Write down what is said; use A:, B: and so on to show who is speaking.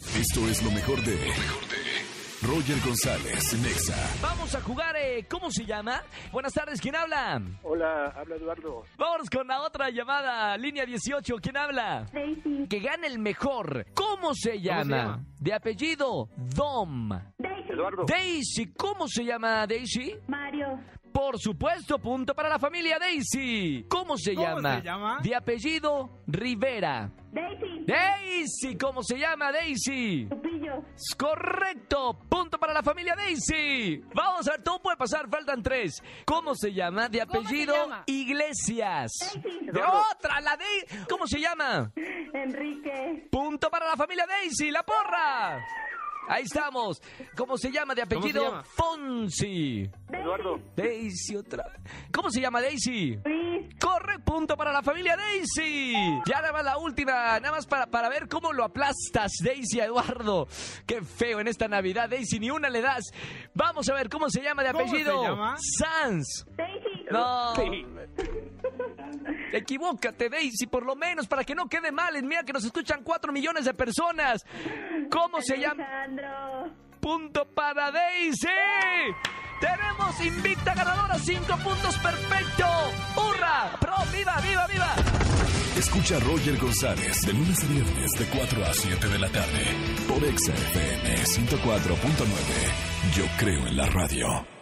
A: Esto es lo mejor de. Roger González, Nexa.
B: Vamos a jugar, eh, ¿cómo se llama? Buenas tardes, ¿quién habla?
C: Hola, habla Eduardo.
B: Vamos con la otra llamada, línea 18, ¿quién habla?
D: Daisy.
B: Que gane el mejor. ¿Cómo se llama? De apellido Dom.
D: Daisy.
C: Eduardo.
B: Daisy, ¿cómo se llama Daisy?
D: Mario.
B: Por supuesto, punto para la familia Daisy. ¿Cómo se
E: ¿Cómo
B: llama?
E: se llama?
B: De apellido Rivera.
D: Daisy.
B: ¿Eh? Daisy, ¿cómo se llama Daisy?
D: Lupillo.
B: Es Correcto, punto para la familia Daisy. Vamos a ver, todo puede pasar, faltan tres. ¿Cómo se llama? De
F: ¿Cómo se
B: apellido
F: llama?
B: Iglesias.
D: Daisy.
B: De otra, la de... ¿Cómo se llama?
D: Enrique.
B: Punto para la familia Daisy, la porra. Ahí estamos. ¿Cómo se llama? De
E: ¿Cómo se
B: apellido
E: llama?
B: Fonsi.
C: Eduardo.
B: Daisy otra vez. ¿Cómo se llama Daisy?
D: Luis.
B: Corre punto para la familia Daisy. Ya nada más la última, nada más para, para ver cómo lo aplastas, Daisy a Eduardo. Qué feo en esta Navidad, Daisy, ni una le das. Vamos a ver cómo se llama de
E: ¿Cómo se
B: apellido.
E: llama?
B: Sanz.
D: Daisy.
B: No.
C: Sí.
B: Equivócate, Daisy, por lo menos, para que no quede mal. en Mira que nos escuchan cuatro millones de personas. ¿Cómo se llama?
D: Alejandro.
B: punto para Daisy. Tenemos invicta ganadora, cinco puntos perfecto. ¡Hurra! ¡Pro, viva, viva, viva!
A: Escucha a Roger González de lunes a viernes de 4 a 7 de la tarde por Exa FM 104.9. Yo creo en la radio.